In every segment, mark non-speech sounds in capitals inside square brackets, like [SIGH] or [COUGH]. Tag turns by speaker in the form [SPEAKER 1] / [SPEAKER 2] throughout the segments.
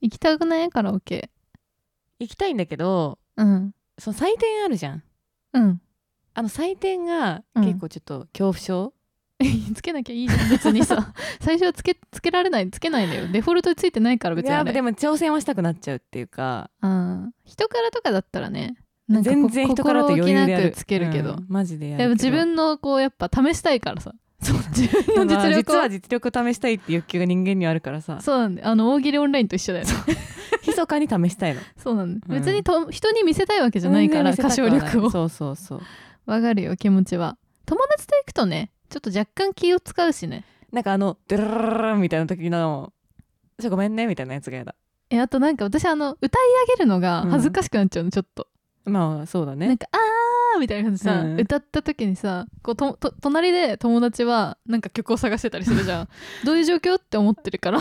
[SPEAKER 1] 行きたくないカラオケ
[SPEAKER 2] 行きたいんだけど
[SPEAKER 1] うん
[SPEAKER 2] その採点あるじゃん
[SPEAKER 1] うん [LAUGHS]
[SPEAKER 2] あの採点が
[SPEAKER 1] うん
[SPEAKER 2] 結構ちょっと恐怖症、
[SPEAKER 1] つけなきゃいいじゃん別に
[SPEAKER 2] [LAUGHS]
[SPEAKER 1] さ最初はつけつけられないつけないんだよデフォルトについてないから別
[SPEAKER 2] い
[SPEAKER 1] にあ
[SPEAKER 2] や
[SPEAKER 1] れ
[SPEAKER 2] でも挑戦はしたくなっちゃうっていうか
[SPEAKER 1] うん人からとかだったらねなんかこ
[SPEAKER 2] 全然人からと余裕で
[SPEAKER 1] 心
[SPEAKER 2] や
[SPEAKER 1] 置きな
[SPEAKER 2] る
[SPEAKER 1] くつけるけど、
[SPEAKER 2] うんマジでやる
[SPEAKER 1] で
[SPEAKER 2] けど
[SPEAKER 1] も自分のこうやっぱ試したいからさそう自分の
[SPEAKER 2] まあ
[SPEAKER 1] 実力
[SPEAKER 2] 実
[SPEAKER 1] を、
[SPEAKER 2] は実力を試したいっていう欲求が人間にはあるからさ
[SPEAKER 1] そうなんであの大喜利オンラインと一緒だよね
[SPEAKER 2] 密かに試したいの
[SPEAKER 1] そうなんで
[SPEAKER 2] うん
[SPEAKER 1] 別にと人に見せたいわけじゃないから
[SPEAKER 2] 全然
[SPEAKER 1] 歌唱
[SPEAKER 2] 見せたくはない
[SPEAKER 1] 力を
[SPEAKER 2] そうそうそう
[SPEAKER 1] わかるよ気持ちは友達と行くとねちょっと若干気を使うしね
[SPEAKER 2] なんかあのドゥルルルルンみたいな時のちょごめんねみたいなやつがやだ
[SPEAKER 1] えあとなんか私あの歌い上げるのが恥ずかしくなっちゃうの、ちょっと
[SPEAKER 2] まあそうだ
[SPEAKER 1] な
[SPEAKER 2] ね
[SPEAKER 1] んか「あー」みたいな感じでさ、
[SPEAKER 2] うん
[SPEAKER 1] 歌った時にさこうとと隣で友達はなんか曲を探してたりするじ
[SPEAKER 2] [LAUGHS]
[SPEAKER 1] ゃんどういう状況って思ってるから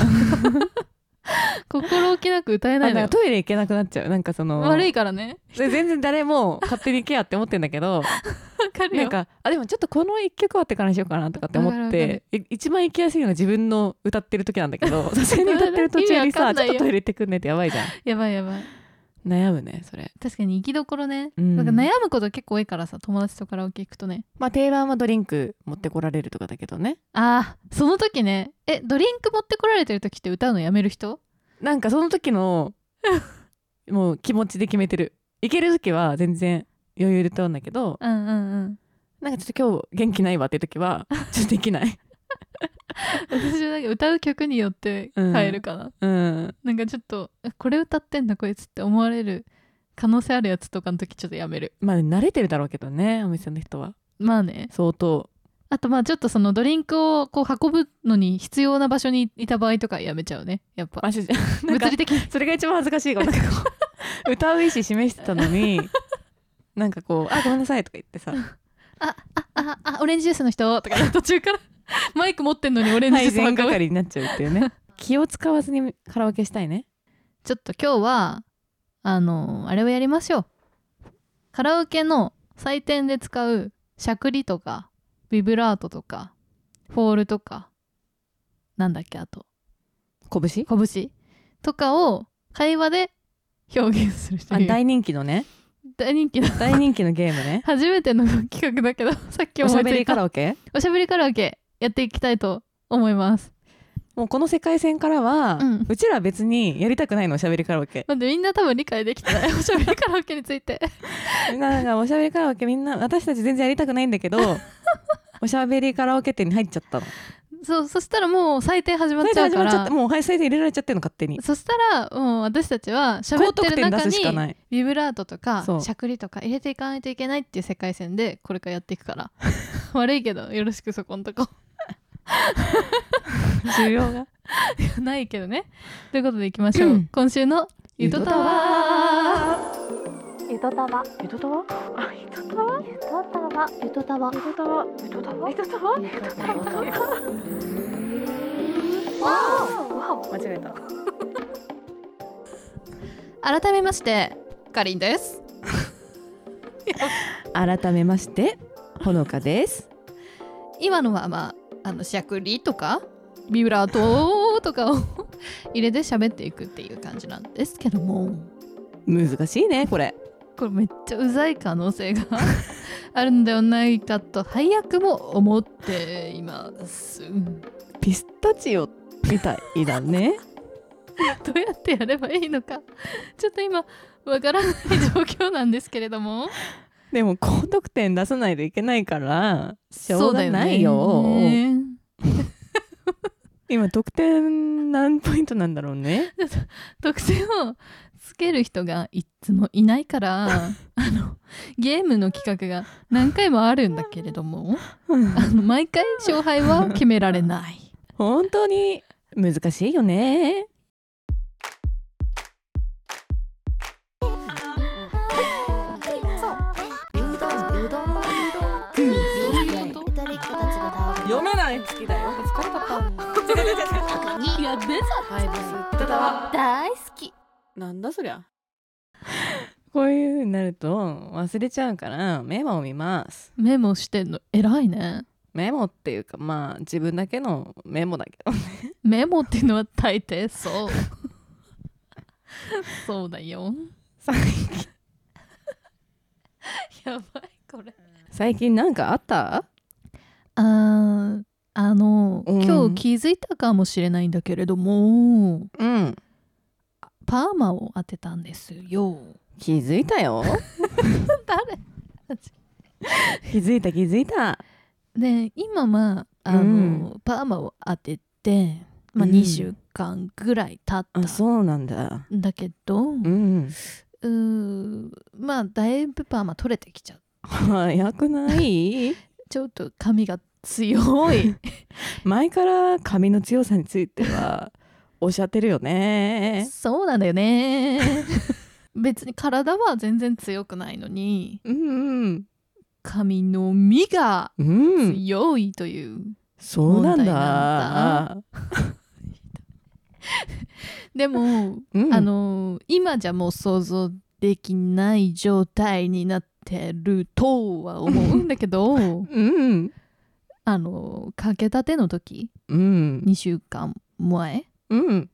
[SPEAKER 1] 心置きなく歌え
[SPEAKER 2] あ
[SPEAKER 1] ないの
[SPEAKER 2] なん
[SPEAKER 1] よ
[SPEAKER 2] かトイレ行けなくなっちゃうなんかそ
[SPEAKER 1] [LAUGHS]
[SPEAKER 2] の
[SPEAKER 1] 悪いからね
[SPEAKER 2] で全然誰も勝手に行けやって思ってんだけど
[SPEAKER 1] わかる
[SPEAKER 2] [LAUGHS] なん
[SPEAKER 1] よ
[SPEAKER 2] かあでもちょっとこの一曲終わってからにしようかなとかって思
[SPEAKER 1] わ
[SPEAKER 2] っ
[SPEAKER 1] かるわか
[SPEAKER 2] てい一番行きやすいのが自分の歌ってる時なんだけ [LAUGHS] どさすがに歌ってる途中に
[SPEAKER 1] 意味わか
[SPEAKER 2] さ
[SPEAKER 1] ん
[SPEAKER 2] ち
[SPEAKER 1] な
[SPEAKER 2] ょ
[SPEAKER 1] いよ
[SPEAKER 2] っとトイレ行ってくんねってやばいじゃん
[SPEAKER 1] やばいやばい
[SPEAKER 2] 悩むねそれ
[SPEAKER 1] 確かに行きどころね、
[SPEAKER 2] うん
[SPEAKER 1] なんか悩むこと結構多いからさ友達とカラオケ行くとね
[SPEAKER 2] まあ定番はドリンク持ってこられるとかだけどね
[SPEAKER 1] あーその時ねえドリンク持ってこられてる時って歌うのやめる人
[SPEAKER 2] [LAUGHS] なんかその時 [LAUGHS] のもう気持ちで決めてる行ける時は全然余裕で歌うんだけど
[SPEAKER 1] うんうんうん
[SPEAKER 2] なんかちょっと今日元気ないわって時 [LAUGHS] はちょっとできない
[SPEAKER 1] 私はなんか歌う曲によって変えるかな、
[SPEAKER 2] うん
[SPEAKER 1] なんかちょっとえこれ歌ってんだこいつって思われる可能性あるやつとかの時ちょっとやめる
[SPEAKER 2] まあ慣れてるだろうけどねお店の人は
[SPEAKER 1] まあね
[SPEAKER 2] 相当
[SPEAKER 1] あとまあちょっとそのドリンクをこう運ぶのに必要な場所にいた場合とかやめちゃうねやっぱ
[SPEAKER 2] あし [LAUGHS] なんか
[SPEAKER 1] 物理的に
[SPEAKER 2] それが一番恥ずかしいかもなんかこ [LAUGHS] う歌う意思示してたのになんかこう「あごめんなさい」とか言ってさ「
[SPEAKER 1] ああああオレンジジュースの人とか
[SPEAKER 2] [LAUGHS]
[SPEAKER 1] 途中からマイク持ってんのにオレンジ
[SPEAKER 2] は
[SPEAKER 1] ジュー
[SPEAKER 2] い
[SPEAKER 1] スの
[SPEAKER 2] 全
[SPEAKER 1] 人
[SPEAKER 2] 係になっちゃうっていうね [LAUGHS] 気を使わずにカラオケしたいね
[SPEAKER 1] ちょっと今日はあのあれをやりましょうカラオケの採点で使うしゃくりとかビブラートとかフォールとかなんだっけあと
[SPEAKER 2] 拳
[SPEAKER 1] 拳とかを会話で表現する人
[SPEAKER 2] あ
[SPEAKER 1] いるよ
[SPEAKER 2] 大人気のね
[SPEAKER 1] 大人気の
[SPEAKER 2] 大人気のゲーム [LAUGHS] ね
[SPEAKER 1] 初めての企画だ
[SPEAKER 2] [LAUGHS]
[SPEAKER 1] けどさっき
[SPEAKER 2] おし
[SPEAKER 1] 思
[SPEAKER 2] ゃ
[SPEAKER 1] いつ
[SPEAKER 2] べり
[SPEAKER 1] い
[SPEAKER 2] カ
[SPEAKER 1] た
[SPEAKER 2] ラオケ
[SPEAKER 1] おしゃべりカラオケやっていきたいと思います
[SPEAKER 2] もうこの世界線からは、
[SPEAKER 1] う
[SPEAKER 2] うんちらは別にやりたくないのおしゃべりカラオ [LAUGHS] ケ
[SPEAKER 1] なんでみんな多分理解できてない
[SPEAKER 2] [LAUGHS]
[SPEAKER 1] おしゃべりカラオケについて
[SPEAKER 2] みんななんかおしゃべりカラオケみんな私たち全然やりたくないんだけ [LAUGHS] どおしゃべりカラオケ店に入っちゃったの
[SPEAKER 1] そうそしたらもう採点始まっちゃう
[SPEAKER 2] 始ま
[SPEAKER 1] か
[SPEAKER 2] っちゃっ
[SPEAKER 1] ら
[SPEAKER 2] てもう配信で入れられちゃってるの勝手に
[SPEAKER 1] そしたらもう私たちは喋
[SPEAKER 2] 高
[SPEAKER 1] って
[SPEAKER 2] 得
[SPEAKER 1] る
[SPEAKER 2] 点出
[SPEAKER 1] 中
[SPEAKER 2] すしか
[SPEAKER 1] に
[SPEAKER 2] ない
[SPEAKER 1] ビブラートとか
[SPEAKER 2] そう
[SPEAKER 1] しゃくりとか入れていかないといけないっていう世界線でこれからやっていくから
[SPEAKER 2] [LAUGHS]
[SPEAKER 1] 悪いけどよろしくそこんとこ
[SPEAKER 2] 需要が
[SPEAKER 1] ないけどねということでいきましょう、
[SPEAKER 2] うん
[SPEAKER 1] 今週のゆとたわ
[SPEAKER 3] ゆとたわ。ゆとたわ。あ、ゆとたわ。ゆとたわ。ゆとたわ。ゆとたわ。ゆとたわ。ゆとたわ。ゆとたわ。
[SPEAKER 2] 間違えた
[SPEAKER 1] 改めましてかりんです
[SPEAKER 2] 改めましてほのかです
[SPEAKER 1] 今のはまああのしゃくりとかビブラートとかを入れて喋っていくっていう感じなんですけども
[SPEAKER 2] 難しいねこれ
[SPEAKER 1] これめっちゃうざい可能性
[SPEAKER 2] [LAUGHS]
[SPEAKER 1] があるんではないかと早くも思っています。ど
[SPEAKER 2] ピスタチオみたいだね
[SPEAKER 1] うやってやればいいのかちょっと今わからない状況なんですけれども
[SPEAKER 2] [LAUGHS] でも高得点出さないといけないからしょうがない
[SPEAKER 1] そう
[SPEAKER 2] よ
[SPEAKER 1] だね
[SPEAKER 2] 今得点何ポイントなんだろうね
[SPEAKER 1] 特性をつける人がいつもいないから [LAUGHS] あのゲームの企画が何回もあるんだけれどもあの毎回勝敗は決められない。
[SPEAKER 2] [LAUGHS] 本当に難しいよね読めない好きだよ疲れた
[SPEAKER 3] 大好き。
[SPEAKER 4] なんだそりゃ
[SPEAKER 2] こういう風になると忘れちゃうからメモを見ます
[SPEAKER 1] メモしてんの偉いね。
[SPEAKER 2] メモっていうかまあ自分だけのメモだけど
[SPEAKER 1] メモっていうのは大抵そう [LAUGHS] そうだよ
[SPEAKER 2] 最
[SPEAKER 1] やばいこれ
[SPEAKER 2] [LAUGHS] 最近なんかあった
[SPEAKER 1] あーあの、
[SPEAKER 2] うん
[SPEAKER 1] 今日気づいたかもしれないんだけれども
[SPEAKER 2] うん
[SPEAKER 1] パーマを当てたんですよ
[SPEAKER 2] 気づいたよ
[SPEAKER 1] 誰
[SPEAKER 2] 気づいた気づいた
[SPEAKER 1] で今はあの、
[SPEAKER 2] うん
[SPEAKER 1] パーマを当てて、まあ、
[SPEAKER 2] うん
[SPEAKER 1] 2週間ぐらい経った、
[SPEAKER 2] あそうなんだ
[SPEAKER 1] んだけど、う
[SPEAKER 2] うん
[SPEAKER 1] ーまあだいぶパーマ取れてきちゃう
[SPEAKER 2] 早く [LAUGHS] ない
[SPEAKER 1] ちょっと髪が強
[SPEAKER 2] [LAUGHS]
[SPEAKER 1] い
[SPEAKER 2] 前から髪の強さについてはおっしゃってるよね
[SPEAKER 1] そうなんだよね [LAUGHS] 別に体は全然強くないのに
[SPEAKER 2] うん
[SPEAKER 1] 髪の身が
[SPEAKER 2] うんうん
[SPEAKER 1] 強いという、
[SPEAKER 2] そうな
[SPEAKER 1] 問題
[SPEAKER 2] んだ
[SPEAKER 1] なんでも
[SPEAKER 2] うん、
[SPEAKER 1] あのー今じゃもう想像できない状態になってるとは思うんだけ
[SPEAKER 2] [LAUGHS]
[SPEAKER 1] ど
[SPEAKER 2] うん
[SPEAKER 1] あのーかけたての時
[SPEAKER 2] うん
[SPEAKER 1] 2週間前
[SPEAKER 2] うん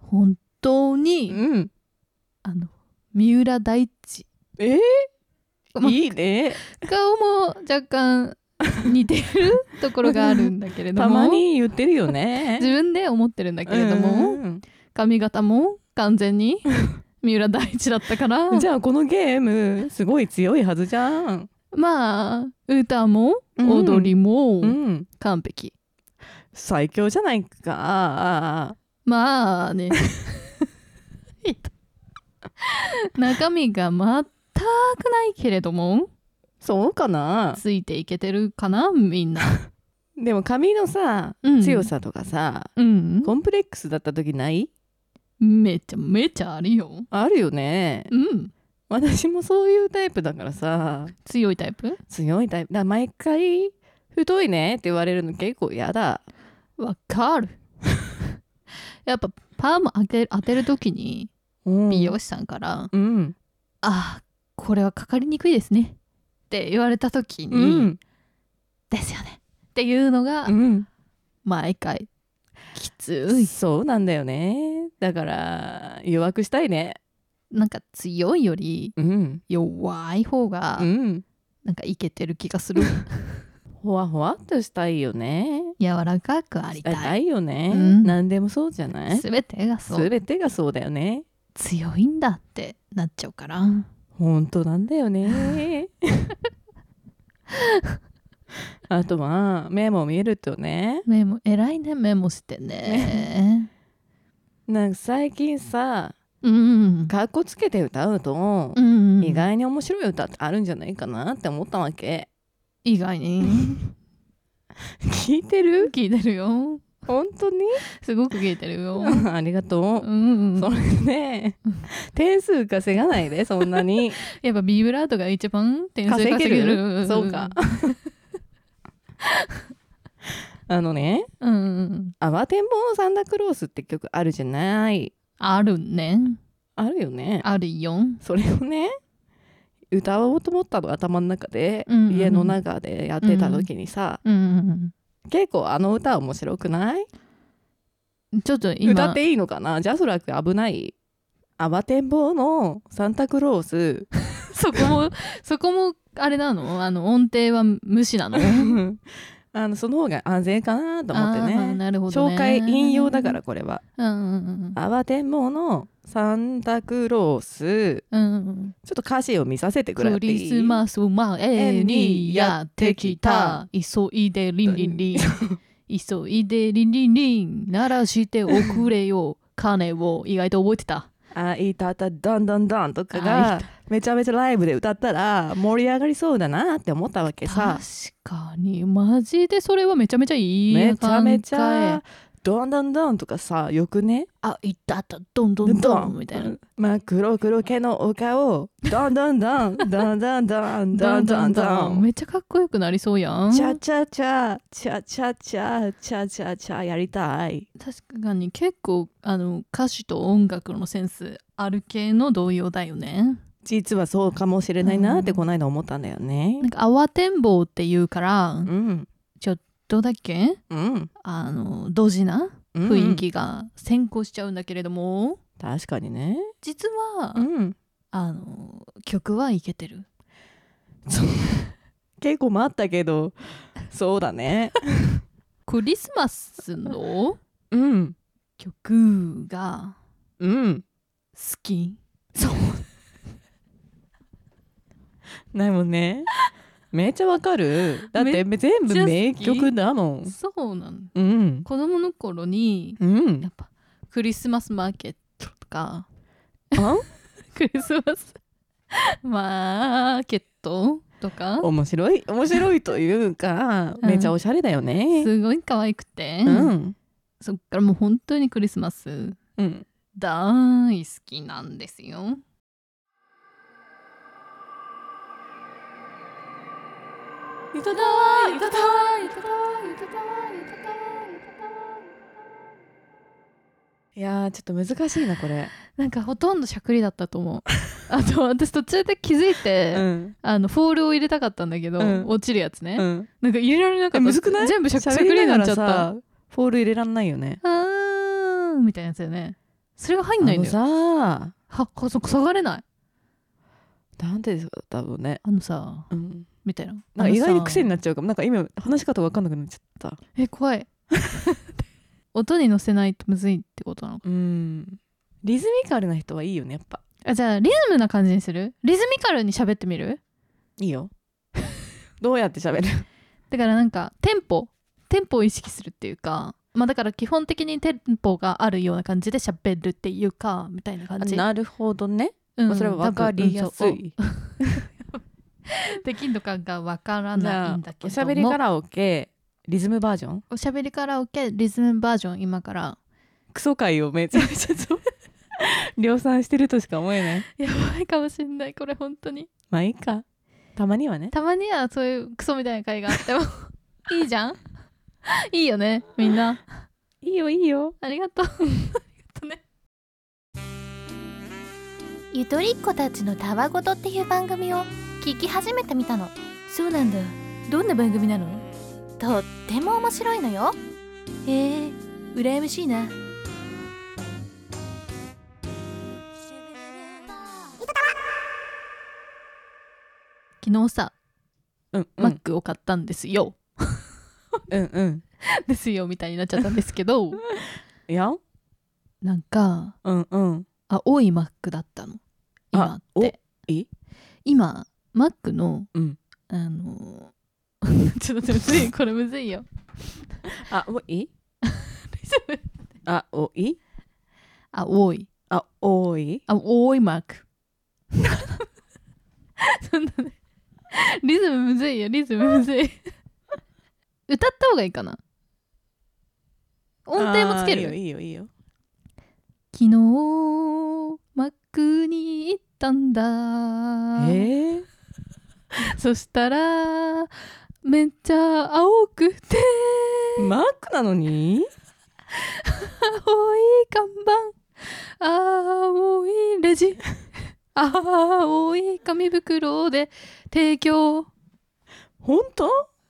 [SPEAKER 1] 本当に、
[SPEAKER 2] うん
[SPEAKER 1] あの三浦大知
[SPEAKER 2] え
[SPEAKER 1] ま
[SPEAKER 2] ー、いいね
[SPEAKER 1] 顔も若干似てるところがあるんだけれども
[SPEAKER 2] [LAUGHS] たまに言ってるよね
[SPEAKER 1] 自分で思ってるんだけれども、
[SPEAKER 2] うん
[SPEAKER 1] 髪型も完全
[SPEAKER 2] [LAUGHS]
[SPEAKER 1] に三浦大知だったから
[SPEAKER 2] じゃあこのゲームすごい強いはずじゃん
[SPEAKER 1] まあ歌も
[SPEAKER 2] うん
[SPEAKER 1] 踊りも
[SPEAKER 2] うん
[SPEAKER 1] 完璧、
[SPEAKER 2] 最強じゃないか
[SPEAKER 1] まあね中身が全くないけれども
[SPEAKER 2] そうかな
[SPEAKER 1] ついていけてるかなみんな、
[SPEAKER 2] でも髪のさ
[SPEAKER 1] うん
[SPEAKER 2] 強さとかさ、
[SPEAKER 1] うん、
[SPEAKER 2] コンプレックスだった時ない
[SPEAKER 1] めちゃめちゃあるよ
[SPEAKER 2] あるよね
[SPEAKER 1] うん
[SPEAKER 2] 私もそういうタイプだからさ
[SPEAKER 1] 強いタイプ
[SPEAKER 2] 強いタイプだから毎回太いねって言われるの結構嫌だ
[SPEAKER 1] わかるやっぱパーマ当て当てる時に美
[SPEAKER 2] 美
[SPEAKER 1] 容師さんから「
[SPEAKER 2] うん
[SPEAKER 1] あーこれはかかりにくいですね」って言われた時に「
[SPEAKER 2] うん
[SPEAKER 1] ですよね」っていうのが
[SPEAKER 2] うん
[SPEAKER 1] 毎回きつい
[SPEAKER 2] そうなんだよねだから誘惑したいね
[SPEAKER 1] なんか強いより
[SPEAKER 2] うん
[SPEAKER 1] 弱い方が
[SPEAKER 2] うん
[SPEAKER 1] なんかいけてる気がす
[SPEAKER 2] [LAUGHS]
[SPEAKER 1] る
[SPEAKER 2] ほわほわっとしたいよね
[SPEAKER 1] 柔らかくありたい
[SPEAKER 2] いよね、
[SPEAKER 1] うん
[SPEAKER 2] 何でもそうじゃない
[SPEAKER 1] 全てがそう
[SPEAKER 2] 全てがそうだよね
[SPEAKER 1] 強いんだってなっちゃうから
[SPEAKER 2] 本当なんだよねあとまあ目も見えるとね
[SPEAKER 1] メモ偉いねメモしてね
[SPEAKER 2] なんか最近さ
[SPEAKER 1] [LAUGHS] うん
[SPEAKER 2] かっこつけて歌うと、
[SPEAKER 1] うん
[SPEAKER 2] 意外に面白い歌ってあるんじゃないかなって思ったわけ
[SPEAKER 1] 意外に
[SPEAKER 2] [LAUGHS] 聞いてる
[SPEAKER 1] 聞いてるよ
[SPEAKER 2] 本当に
[SPEAKER 1] すごく聞いてる
[SPEAKER 2] [LAUGHS]
[SPEAKER 1] よ
[SPEAKER 2] ありがと
[SPEAKER 1] う
[SPEAKER 2] う、
[SPEAKER 1] ん
[SPEAKER 2] それね点数稼がないでそん
[SPEAKER 1] [LAUGHS]
[SPEAKER 2] なに
[SPEAKER 1] やっぱビブラートが一番点数
[SPEAKER 2] 稼
[SPEAKER 1] 稼
[SPEAKER 2] げ
[SPEAKER 1] げ
[SPEAKER 2] る
[SPEAKER 1] る
[SPEAKER 2] そうかあのね
[SPEAKER 1] うんうん
[SPEAKER 2] 「慌てんぼうサンタクロース」って曲あるじゃない
[SPEAKER 1] あるね
[SPEAKER 2] あるよね
[SPEAKER 1] あるよ
[SPEAKER 2] それをね歌おうと思ったの頭の中で、
[SPEAKER 1] うんうん
[SPEAKER 2] 家の中でやってた時にさ、
[SPEAKER 1] うん
[SPEAKER 2] 結構あの歌面白くない
[SPEAKER 1] うんちょっと今
[SPEAKER 2] 歌っていいのかなジャスラック危ない慌てんぼうのサンタクロース
[SPEAKER 1] [LAUGHS] そこ
[SPEAKER 2] [LAUGHS]
[SPEAKER 1] も、そこも、あれなのあの、音程は無視なの
[SPEAKER 2] あのその方が安全かな [LAUGHS] と思って
[SPEAKER 1] あー
[SPEAKER 2] ね
[SPEAKER 1] なるほどね。
[SPEAKER 2] 紹介引用だか。らこれは
[SPEAKER 1] うんうん
[SPEAKER 2] 慌てんぼうのサンタクロース
[SPEAKER 1] うん。うんうん、
[SPEAKER 2] ちょっと歌詞を見させてくれ
[SPEAKER 1] ク
[SPEAKER 2] ていい
[SPEAKER 1] リスマスを前にやってきた急いでリンリンリン急いでリンリンリン鳴らしておくれよ鐘を意外と覚えてた
[SPEAKER 2] あいたたどんどんどんとかがめちゃめちゃライブで歌ったら盛り上がりそうだなって思ったわけ
[SPEAKER 1] 確
[SPEAKER 2] さ
[SPEAKER 1] かにマジでそれはめちゃめちゃいい
[SPEAKER 2] めちゃめち
[SPEAKER 1] 考
[SPEAKER 2] ゃどんどんどんとかさよくね
[SPEAKER 1] えあいたたどんどんどんみたいな
[SPEAKER 2] 真っ黒黒系のお顔どんどんどんどんどんどんどんどんどん
[SPEAKER 1] めっちゃかっこよくなりそうやん
[SPEAKER 2] チャチャチャチャチャチャチャチャチャやりたい
[SPEAKER 1] 確かに結構あの歌手と音楽のセンスある系の童謡だよね
[SPEAKER 2] 実はそうかもしれないなって
[SPEAKER 1] うん
[SPEAKER 2] この間思ったんだよね
[SPEAKER 1] なんか慌てんぼうっていうから
[SPEAKER 2] うん
[SPEAKER 1] どうだっけ
[SPEAKER 2] うん
[SPEAKER 1] あのドジな雰囲気が先行しちゃうんだけれども、
[SPEAKER 2] 確かにね
[SPEAKER 1] 実は、
[SPEAKER 2] うん
[SPEAKER 1] あの曲はいけてる
[SPEAKER 2] 結構待ったけどそうだね
[SPEAKER 1] クリスマスの
[SPEAKER 5] うん
[SPEAKER 1] 曲が
[SPEAKER 2] うん
[SPEAKER 1] 好きそう
[SPEAKER 2] ないもんねめっちゃわかるだって全部名曲だもん
[SPEAKER 1] そうなの
[SPEAKER 2] うん
[SPEAKER 1] 子供の頃に
[SPEAKER 2] うん
[SPEAKER 1] やっぱクリスマスマーケットとか [LAUGHS]
[SPEAKER 2] あ
[SPEAKER 1] クリスマスマーケットとか
[SPEAKER 2] 面白い面白いというか、
[SPEAKER 1] うん
[SPEAKER 2] めちゃおしゃれだよね
[SPEAKER 1] すごい可愛くて、
[SPEAKER 2] うん
[SPEAKER 1] そっからもう本当にクリスマス
[SPEAKER 2] うん
[SPEAKER 1] 大好きなんですよ。ゆたたわゆたたわゆたたわゆたたわゆたたわ
[SPEAKER 2] いやーちょっと難しいなこれ、
[SPEAKER 1] なんかほとんどしゃくりだったと
[SPEAKER 2] [LAUGHS]
[SPEAKER 1] 思う。あと私途中で気づいて、
[SPEAKER 2] ん
[SPEAKER 1] あのフォールを入れたかったんだけど、
[SPEAKER 2] うん
[SPEAKER 1] 落ちるやつね、
[SPEAKER 2] うん、
[SPEAKER 1] なんか入れられなかった。
[SPEAKER 2] えむずくない
[SPEAKER 1] 全部しゃしゃ
[SPEAKER 2] 喋
[SPEAKER 1] くり
[SPEAKER 2] り
[SPEAKER 1] に
[SPEAKER 2] な
[SPEAKER 1] なっ
[SPEAKER 2] が
[SPEAKER 1] ちゃ
[SPEAKER 2] ら
[SPEAKER 1] った。あ
[SPEAKER 2] さフォール入れらんないよね
[SPEAKER 1] ーみたいなやつよね。それが入んないんだよ。
[SPEAKER 2] あのさ
[SPEAKER 1] はこそ下がれない。
[SPEAKER 2] なんでだろうね
[SPEAKER 1] あのさ
[SPEAKER 2] うん
[SPEAKER 1] みたいな。
[SPEAKER 2] なんか意外に
[SPEAKER 1] に
[SPEAKER 2] 癖になっちゃうかもなんか今話し方わかんなくなっちゃった
[SPEAKER 1] え怖い [LAUGHS] 音に乗せないとむずいってことなのか
[SPEAKER 2] うんリズミカルな人はいいよねやっぱ
[SPEAKER 1] あじゃあリズムな感じにするリズミカルに喋ってみる
[SPEAKER 2] いいよ [LAUGHS] どうやって喋る
[SPEAKER 1] だからなんかテンポテンポを意識するっていうかまあだから基本的にテンポがあるような感じで喋るっていうかみたいな感じ、
[SPEAKER 2] なるほどね、
[SPEAKER 1] うん
[SPEAKER 2] まあそれはわかりやす、
[SPEAKER 1] 多分うん
[SPEAKER 2] い、
[SPEAKER 1] そうできんのかがわから
[SPEAKER 2] じ
[SPEAKER 1] ない
[SPEAKER 2] ゃあ
[SPEAKER 1] んだけども
[SPEAKER 2] おしゃべりカラオケリズムバージョン
[SPEAKER 1] おしゃべりカラオケリズムバージョン今から
[SPEAKER 2] クソ回をめちゃ [LAUGHS] めちゃそう量産してるとしか思えない
[SPEAKER 1] やばいかもしんないこれ本当に
[SPEAKER 2] まあいいかたまにはね
[SPEAKER 1] たまにはそういうクソみたいな回があってもいいじゃんいいよねみんない
[SPEAKER 2] いよいいよ
[SPEAKER 1] ありがとう。ありがとうね。
[SPEAKER 3] ゆとりっ子たちのたわごとっていう番組を聞き始めてみたのそうなんだどんな番組なのとっても面白いのよへえ羨まし
[SPEAKER 2] [LAUGHS]
[SPEAKER 3] いな
[SPEAKER 1] 昨日さ、
[SPEAKER 2] うんう
[SPEAKER 1] マッ
[SPEAKER 2] ん
[SPEAKER 1] クを買ったんですよ。
[SPEAKER 2] うんうん
[SPEAKER 1] ですよみたいになっちゃったんですけど、
[SPEAKER 2] いや
[SPEAKER 1] なんか
[SPEAKER 2] うんうん
[SPEAKER 1] 青いマックだったの。今
[SPEAKER 2] あ
[SPEAKER 1] って。
[SPEAKER 2] おえ
[SPEAKER 1] 今マックの、
[SPEAKER 2] うん
[SPEAKER 1] あのー [LAUGHS] ちょっと待ってむずいこれむずいよ。
[SPEAKER 2] あお [LAUGHS] いあおい
[SPEAKER 1] 青い
[SPEAKER 2] あおい
[SPEAKER 1] 青いマック。そんなね。リズムむずいよリズムむずい。歌った方がいいかな。音程もつける
[SPEAKER 2] あーいいよいいよいいよ
[SPEAKER 1] 昨日マックに行ったんだ、
[SPEAKER 2] えー、
[SPEAKER 1] そしたらめっちゃ青くて
[SPEAKER 2] マックなのに
[SPEAKER 1] 青い看板青いレジ青い紙袋で提供
[SPEAKER 2] 本当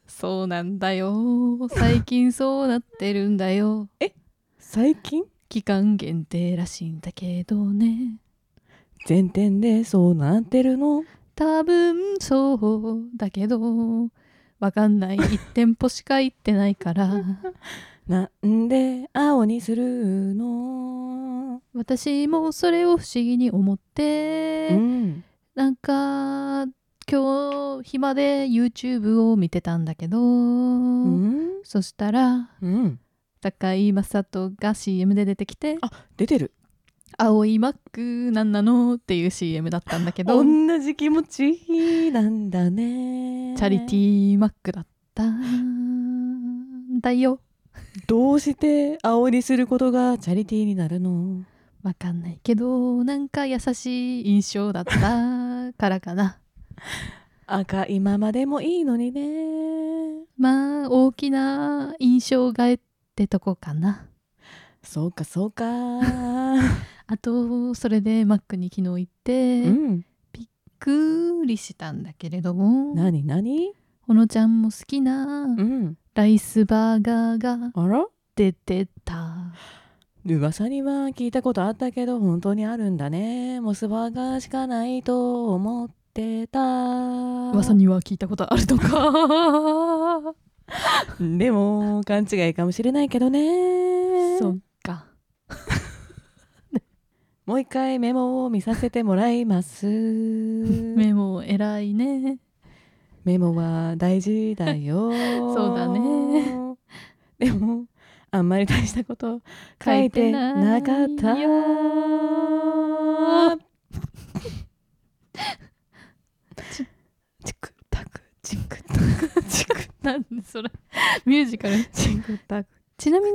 [SPEAKER 1] そうなんだよ最近そうなってるんだよ
[SPEAKER 2] 最近
[SPEAKER 1] 期間限定らしいんだけどね
[SPEAKER 2] 前転でそうなってるの
[SPEAKER 1] 多分そうだけどわかんない1店舗しか行ってないから
[SPEAKER 2] なんで青にするの
[SPEAKER 1] 私もそれを不思議に思っ
[SPEAKER 2] う
[SPEAKER 1] て
[SPEAKER 2] ん
[SPEAKER 1] なんか今日暇で YouTube を見てたんだけど、
[SPEAKER 2] うん
[SPEAKER 1] そしたら
[SPEAKER 2] うん
[SPEAKER 1] 高井雅人が CM で出てきて
[SPEAKER 2] あ出てる
[SPEAKER 1] 「青いマックなんなの?」っていう CM だったんだけど
[SPEAKER 2] 同
[SPEAKER 1] チ
[SPEAKER 2] じ気持ちなんだね
[SPEAKER 1] ャリティーマックだったんだよ
[SPEAKER 2] どうして青にすることがチャリティーになるの
[SPEAKER 1] わかんないけどなんか優しい印象だったからかな [LAUGHS]
[SPEAKER 2] 赤いままでもいいのにね
[SPEAKER 1] まあ大きな印象変えってとこかな
[SPEAKER 2] そうか [LAUGHS] そうか
[SPEAKER 1] あとそれでマックに昨日行ってびっ
[SPEAKER 2] ん
[SPEAKER 1] くりしたんだけれども
[SPEAKER 2] 何何
[SPEAKER 1] ほのちゃんも好きな
[SPEAKER 2] うん
[SPEAKER 1] ライスバーガーが
[SPEAKER 2] あら
[SPEAKER 1] 出てた
[SPEAKER 2] 噂には聞いたことあったけど本当にあるんだねモスバーガーしかないと思ってた
[SPEAKER 1] 噂には聞いたことある [LAUGHS] とか
[SPEAKER 2] でも勘違いかもしれないけどね
[SPEAKER 1] そっか
[SPEAKER 2] もう一回メモを見させてもらいま
[SPEAKER 1] [LAUGHS]
[SPEAKER 2] すメ
[SPEAKER 1] メモ偉いね
[SPEAKER 2] モは大事だ
[SPEAKER 1] [LAUGHS]
[SPEAKER 2] よ
[SPEAKER 1] そうだね
[SPEAKER 2] [LAUGHS] でもあんまり大したこと書いてなかっ
[SPEAKER 1] 書いて
[SPEAKER 2] た
[SPEAKER 1] ないよ
[SPEAKER 2] チクタクチクタクチク
[SPEAKER 1] なんでそれ [LAUGHS] ミュージカル
[SPEAKER 2] チクタク
[SPEAKER 1] ちなみに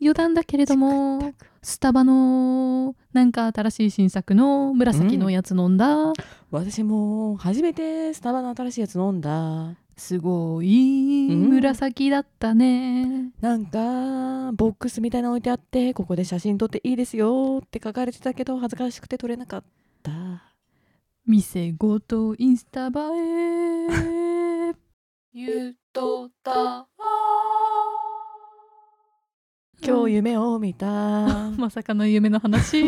[SPEAKER 1] 余談だけれどもスタバのなんか新しい新作の紫のやつ飲んだ、
[SPEAKER 2] 私も初めてスタバの新しいやつ飲んだ
[SPEAKER 1] すごい
[SPEAKER 2] うん
[SPEAKER 1] 紫だったね、
[SPEAKER 2] なんかボックスみたいなの置いてあってここで写真撮っていいですよって書かれてたけど恥ずかしくて撮れなかった
[SPEAKER 1] 店ごとインスタ映え [LAUGHS] 言うとった
[SPEAKER 2] 今日夢を見た
[SPEAKER 1] まさかの夢の [LAUGHS] 話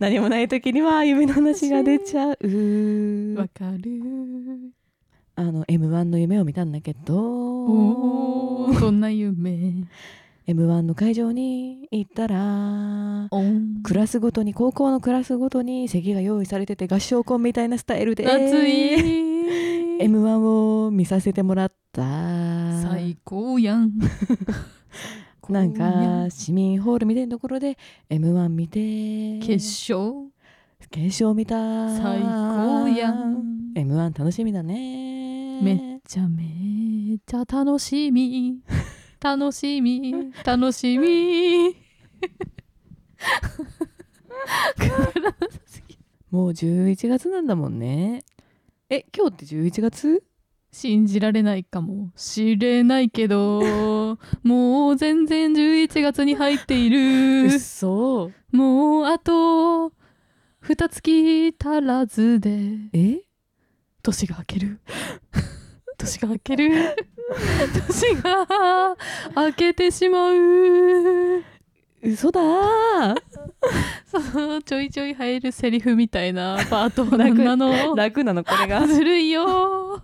[SPEAKER 2] 何もない時には夢の話が出ちゃう
[SPEAKER 1] わかる
[SPEAKER 2] あの M1 の夢を見たんだけ
[SPEAKER 1] お
[SPEAKER 2] ど
[SPEAKER 1] ーどんな夢
[SPEAKER 2] M1 の会場に行ったら
[SPEAKER 1] おん
[SPEAKER 2] クラスごとに高校のクラスごとに席が用意されてて合唱コンみたいなスタイルで
[SPEAKER 1] 熱い
[SPEAKER 2] M1 を見させてもらった
[SPEAKER 1] 最高やん
[SPEAKER 2] なん
[SPEAKER 1] 高や
[SPEAKER 2] か市民ホールみたいなところで M1 見て
[SPEAKER 1] 決勝
[SPEAKER 2] 決勝見た
[SPEAKER 1] 最高やん
[SPEAKER 2] M1 楽しみだね
[SPEAKER 1] めっちゃめっちゃ楽しみ楽しみ楽しみ
[SPEAKER 2] もう11月なんだもんねえ今日って11月
[SPEAKER 1] 信じられないかもしれないけどもう全然11月に入っている
[SPEAKER 2] そ
[SPEAKER 1] もうあと二月足らずで
[SPEAKER 2] え
[SPEAKER 1] 年が明ける年が明ける年が明けてしまう
[SPEAKER 2] 嘘
[SPEAKER 1] [LAUGHS]
[SPEAKER 2] だー
[SPEAKER 1] そのちょいちょい入るセリフみたいなパートなんなの
[SPEAKER 2] 楽なのこれが
[SPEAKER 1] ずるいよ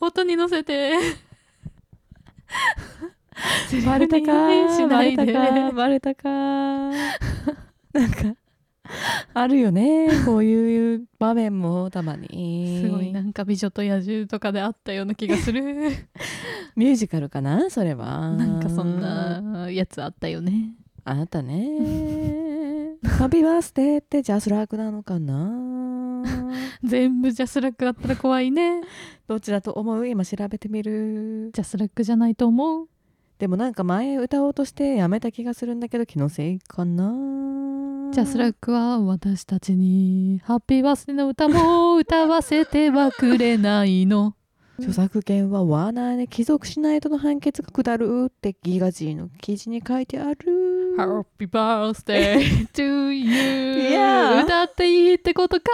[SPEAKER 1] 音に乗せて
[SPEAKER 2] バレた
[SPEAKER 1] セリフに
[SPEAKER 2] か
[SPEAKER 1] し
[SPEAKER 2] ーバ
[SPEAKER 1] な
[SPEAKER 2] レ
[SPEAKER 1] い
[SPEAKER 2] た
[SPEAKER 1] で
[SPEAKER 2] かーバレた [LAUGHS] かーなんかあるよねこういう場面もたまに
[SPEAKER 1] すごいなんか「美女と野獣」とかであったような気がする
[SPEAKER 2] ミュージカルかなそれは
[SPEAKER 1] なんかそんなやつあったよね
[SPEAKER 2] あなたね旅は捨てってジャスラークなのかな
[SPEAKER 1] 全部ジャスラックだったら怖いね
[SPEAKER 2] どっちだと思う今調べてみる
[SPEAKER 1] ジャスラックじゃないと思う
[SPEAKER 2] でもなんか前歌おうとしてやめた気がするんだけど気のせいかな
[SPEAKER 1] ジャスラックは私たちにハッピーバースデーの歌も歌わせてはくれない [LAUGHS] の
[SPEAKER 2] 著作権はワーナーで帰属しないとの判決が下るってギガジーの記事に書いてある
[SPEAKER 1] ハッピーバースデ [LAUGHS] ー to you
[SPEAKER 2] いやー
[SPEAKER 1] 歌っていいって [LAUGHS] ことか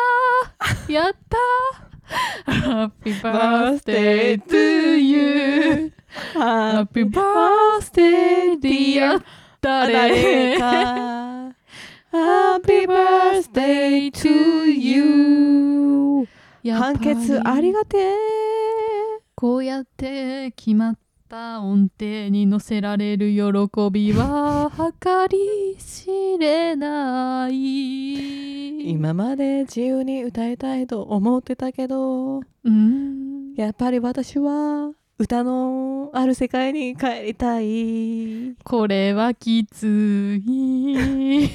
[SPEAKER 1] やったーハッピーバースデー to you ハッピーバースデーディア [LAUGHS] 誰
[SPEAKER 2] か Happy birthday to you
[SPEAKER 1] やっぱり
[SPEAKER 2] 判決ありがてえ
[SPEAKER 1] こうやって決まった音程に乗せられる喜びは計り知れない
[SPEAKER 2] 今まで自由に歌いたいと思ってたけど
[SPEAKER 1] うん
[SPEAKER 2] やっぱり私は歌のある世界に帰りたい
[SPEAKER 1] これはきつい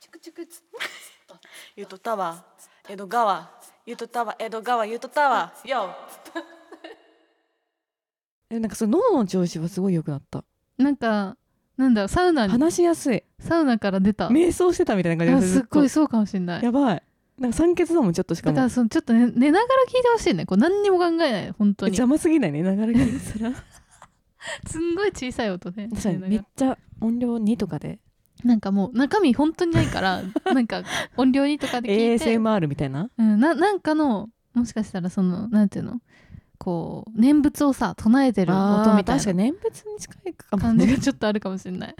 [SPEAKER 6] チクチクツゆとたわ江戸川ゆとたわ江戸川ゆとたわよ
[SPEAKER 2] [LAUGHS] えなんかその喉の調子はすごい良くなった
[SPEAKER 1] [LAUGHS] なんかなんだろうサウナに
[SPEAKER 2] 話しやすい
[SPEAKER 1] サウナから出た
[SPEAKER 2] 瞑想してたみたいな感
[SPEAKER 1] あ
[SPEAKER 2] じがす
[SPEAKER 1] すっ
[SPEAKER 2] る
[SPEAKER 1] ごいそうかもしれない
[SPEAKER 2] やばいなんか酸欠だもんちょっとしか
[SPEAKER 1] だか
[SPEAKER 2] も
[SPEAKER 1] らそのちょっと、ね、寝ながら聞いてほしいねこう何にも考えない本当にす
[SPEAKER 2] 邪魔すぎないね流れ
[SPEAKER 1] [LAUGHS]
[SPEAKER 2] がすら
[SPEAKER 1] んごい小さい音で、
[SPEAKER 2] 確かに
[SPEAKER 1] 寝ながら
[SPEAKER 2] めっちゃ音量2とかで
[SPEAKER 1] なんかもう中身本当にないから [LAUGHS] なんか音量にとかで聞いて、
[SPEAKER 2] ASMR みたいな
[SPEAKER 1] うん、ななんかのもしかしたらそのなんていうのこう念仏をさ唱えてる音みたい
[SPEAKER 2] 確か
[SPEAKER 1] な
[SPEAKER 2] に念仏に近いかも
[SPEAKER 1] 感じ
[SPEAKER 2] ね
[SPEAKER 1] がちょっとあるかもしれ [LAUGHS] ない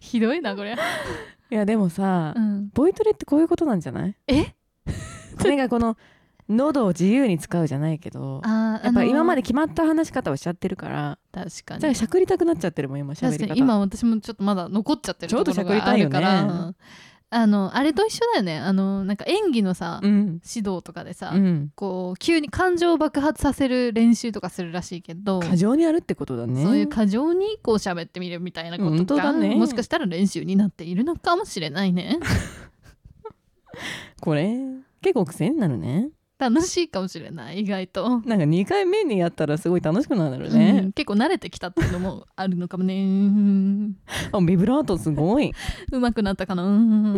[SPEAKER 1] ひどいなこれ、
[SPEAKER 2] [LAUGHS] いやでもさ、
[SPEAKER 1] うん、
[SPEAKER 2] ボイトレってこういうことなんじゃない
[SPEAKER 1] え
[SPEAKER 2] なん [LAUGHS] かこの喉を自由に使うじゃないけど
[SPEAKER 1] あー
[SPEAKER 2] やっぱ
[SPEAKER 1] あのー
[SPEAKER 2] 今まで決まった話し方をしちゃってるから
[SPEAKER 1] 確か
[SPEAKER 2] だから
[SPEAKER 1] に
[SPEAKER 2] しゃくりたくなっちゃってるもん今しゃべ
[SPEAKER 1] 確
[SPEAKER 2] り
[SPEAKER 1] か
[SPEAKER 2] 方
[SPEAKER 1] に今私もちょっとまだ残っちゃってる
[SPEAKER 2] ちょっと
[SPEAKER 1] ところがあるから、
[SPEAKER 2] しゃくりたいよね
[SPEAKER 1] うんあのあれと一緒だよねあのなんか演技のさ、
[SPEAKER 2] うん
[SPEAKER 1] 指導とかでさ、
[SPEAKER 2] うん
[SPEAKER 1] こう急に感情を爆発させる練習とかするらしいけど
[SPEAKER 2] 過剰にあるってことだね
[SPEAKER 1] そういう過剰にこう喋ってみるみたいなこ
[SPEAKER 2] 本
[SPEAKER 1] と
[SPEAKER 2] 当
[SPEAKER 1] が、
[SPEAKER 2] だね
[SPEAKER 1] もしかしたら練習になっているのかもしれないね
[SPEAKER 2] これ結構癖になるね
[SPEAKER 1] 楽しいかもしれない意外と、
[SPEAKER 2] なんか2回目にやったらすごい楽しくなるね、
[SPEAKER 1] うん結構慣れてきたっていうのもあるのかもねうん
[SPEAKER 2] あビブラートすごい
[SPEAKER 1] うまくなったかなうん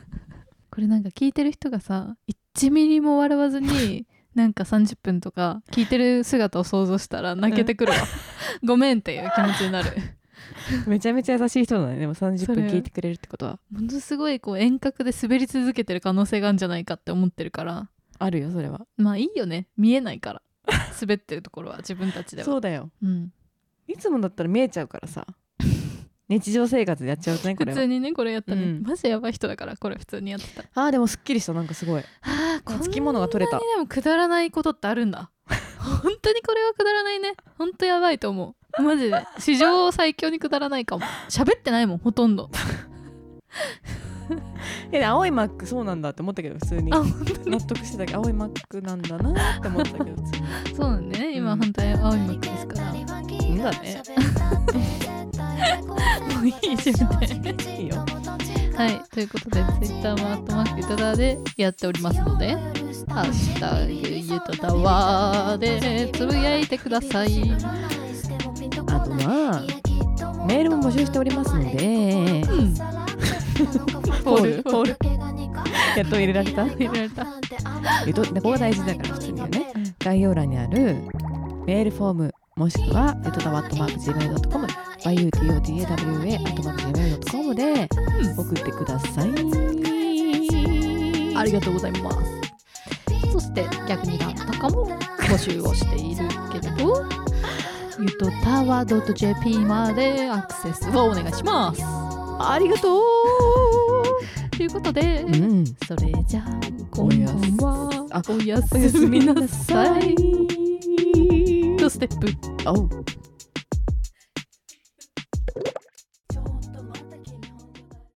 [SPEAKER 1] [LAUGHS] これなんか聞いてる人がさ1ミリも笑わずになんか30分とか聞いてる姿を想像したら泣けてくるわ、 [LAUGHS] ごめんっていう気持ちになる
[SPEAKER 2] めちゃめちゃ優しい人だねでも30
[SPEAKER 1] それ
[SPEAKER 2] 分聞いてくれるってことは
[SPEAKER 1] ものすごいこう遠隔で滑り続けてる可能性があるんじゃないかって思ってるから
[SPEAKER 2] あるよそれは
[SPEAKER 1] まあいいよね見えないから滑ってるところは自分たちでは
[SPEAKER 2] そうだよ
[SPEAKER 1] うん、
[SPEAKER 2] いつもだったら見えちゃうか
[SPEAKER 1] [LAUGHS]
[SPEAKER 2] らさ日常生活でやっちゃうとね
[SPEAKER 1] 普
[SPEAKER 2] これは
[SPEAKER 1] 通にねこれやったね、
[SPEAKER 2] うん
[SPEAKER 1] マジやばい人だからこれ普通にやってた
[SPEAKER 2] あーでもすっきりしたなんかすご
[SPEAKER 1] あ
[SPEAKER 2] い
[SPEAKER 1] あこんな
[SPEAKER 2] つ
[SPEAKER 1] に
[SPEAKER 2] き
[SPEAKER 1] で
[SPEAKER 2] ものが取れた
[SPEAKER 1] もくだらないことってあるんだ [LAUGHS] 本当にこれはくだらないね本当やばいと思うマジで史上最強にくだらないかも喋ってないもんほとんど
[SPEAKER 2] えで青いマックそうなんだって思ったけど普通に
[SPEAKER 1] あ
[SPEAKER 2] 納得してたけど青いマックなんだなって思ってたけど普通に
[SPEAKER 1] そうだね今本当に青い幕ですからも
[SPEAKER 3] うん
[SPEAKER 2] だね [LAUGHS]
[SPEAKER 1] ういい自分で
[SPEAKER 2] いいよ
[SPEAKER 1] はい、ということで、ツイッターもアットマークいただでやっておりますので、明日ゆゆとたわでつぶやいてください。
[SPEAKER 2] あとはメールも募集しておりますので
[SPEAKER 1] うん、
[SPEAKER 2] ポール
[SPEAKER 1] ポール
[SPEAKER 2] やっと入れられ [LAUGHS] た
[SPEAKER 1] 入れられた。
[SPEAKER 2] えっとここが大事だから普通にはね概要欄にあるメールフォームもしくはゆとたわ atmarkgmail.com yutotawa.gmail.com で送ってください、
[SPEAKER 1] ありがとうございます。そして、逆にランとかも募集をしているけれど、ゆとたわ .jp までアクセスをお願いします。
[SPEAKER 2] ありがとう
[SPEAKER 1] ということで、
[SPEAKER 2] うん
[SPEAKER 1] それじゃあ、今
[SPEAKER 2] おや
[SPEAKER 1] 夜
[SPEAKER 2] す
[SPEAKER 1] は
[SPEAKER 2] あ [LAUGHS]
[SPEAKER 1] おやすみなさい。
[SPEAKER 2] い
[SPEAKER 1] とステップ。
[SPEAKER 2] おう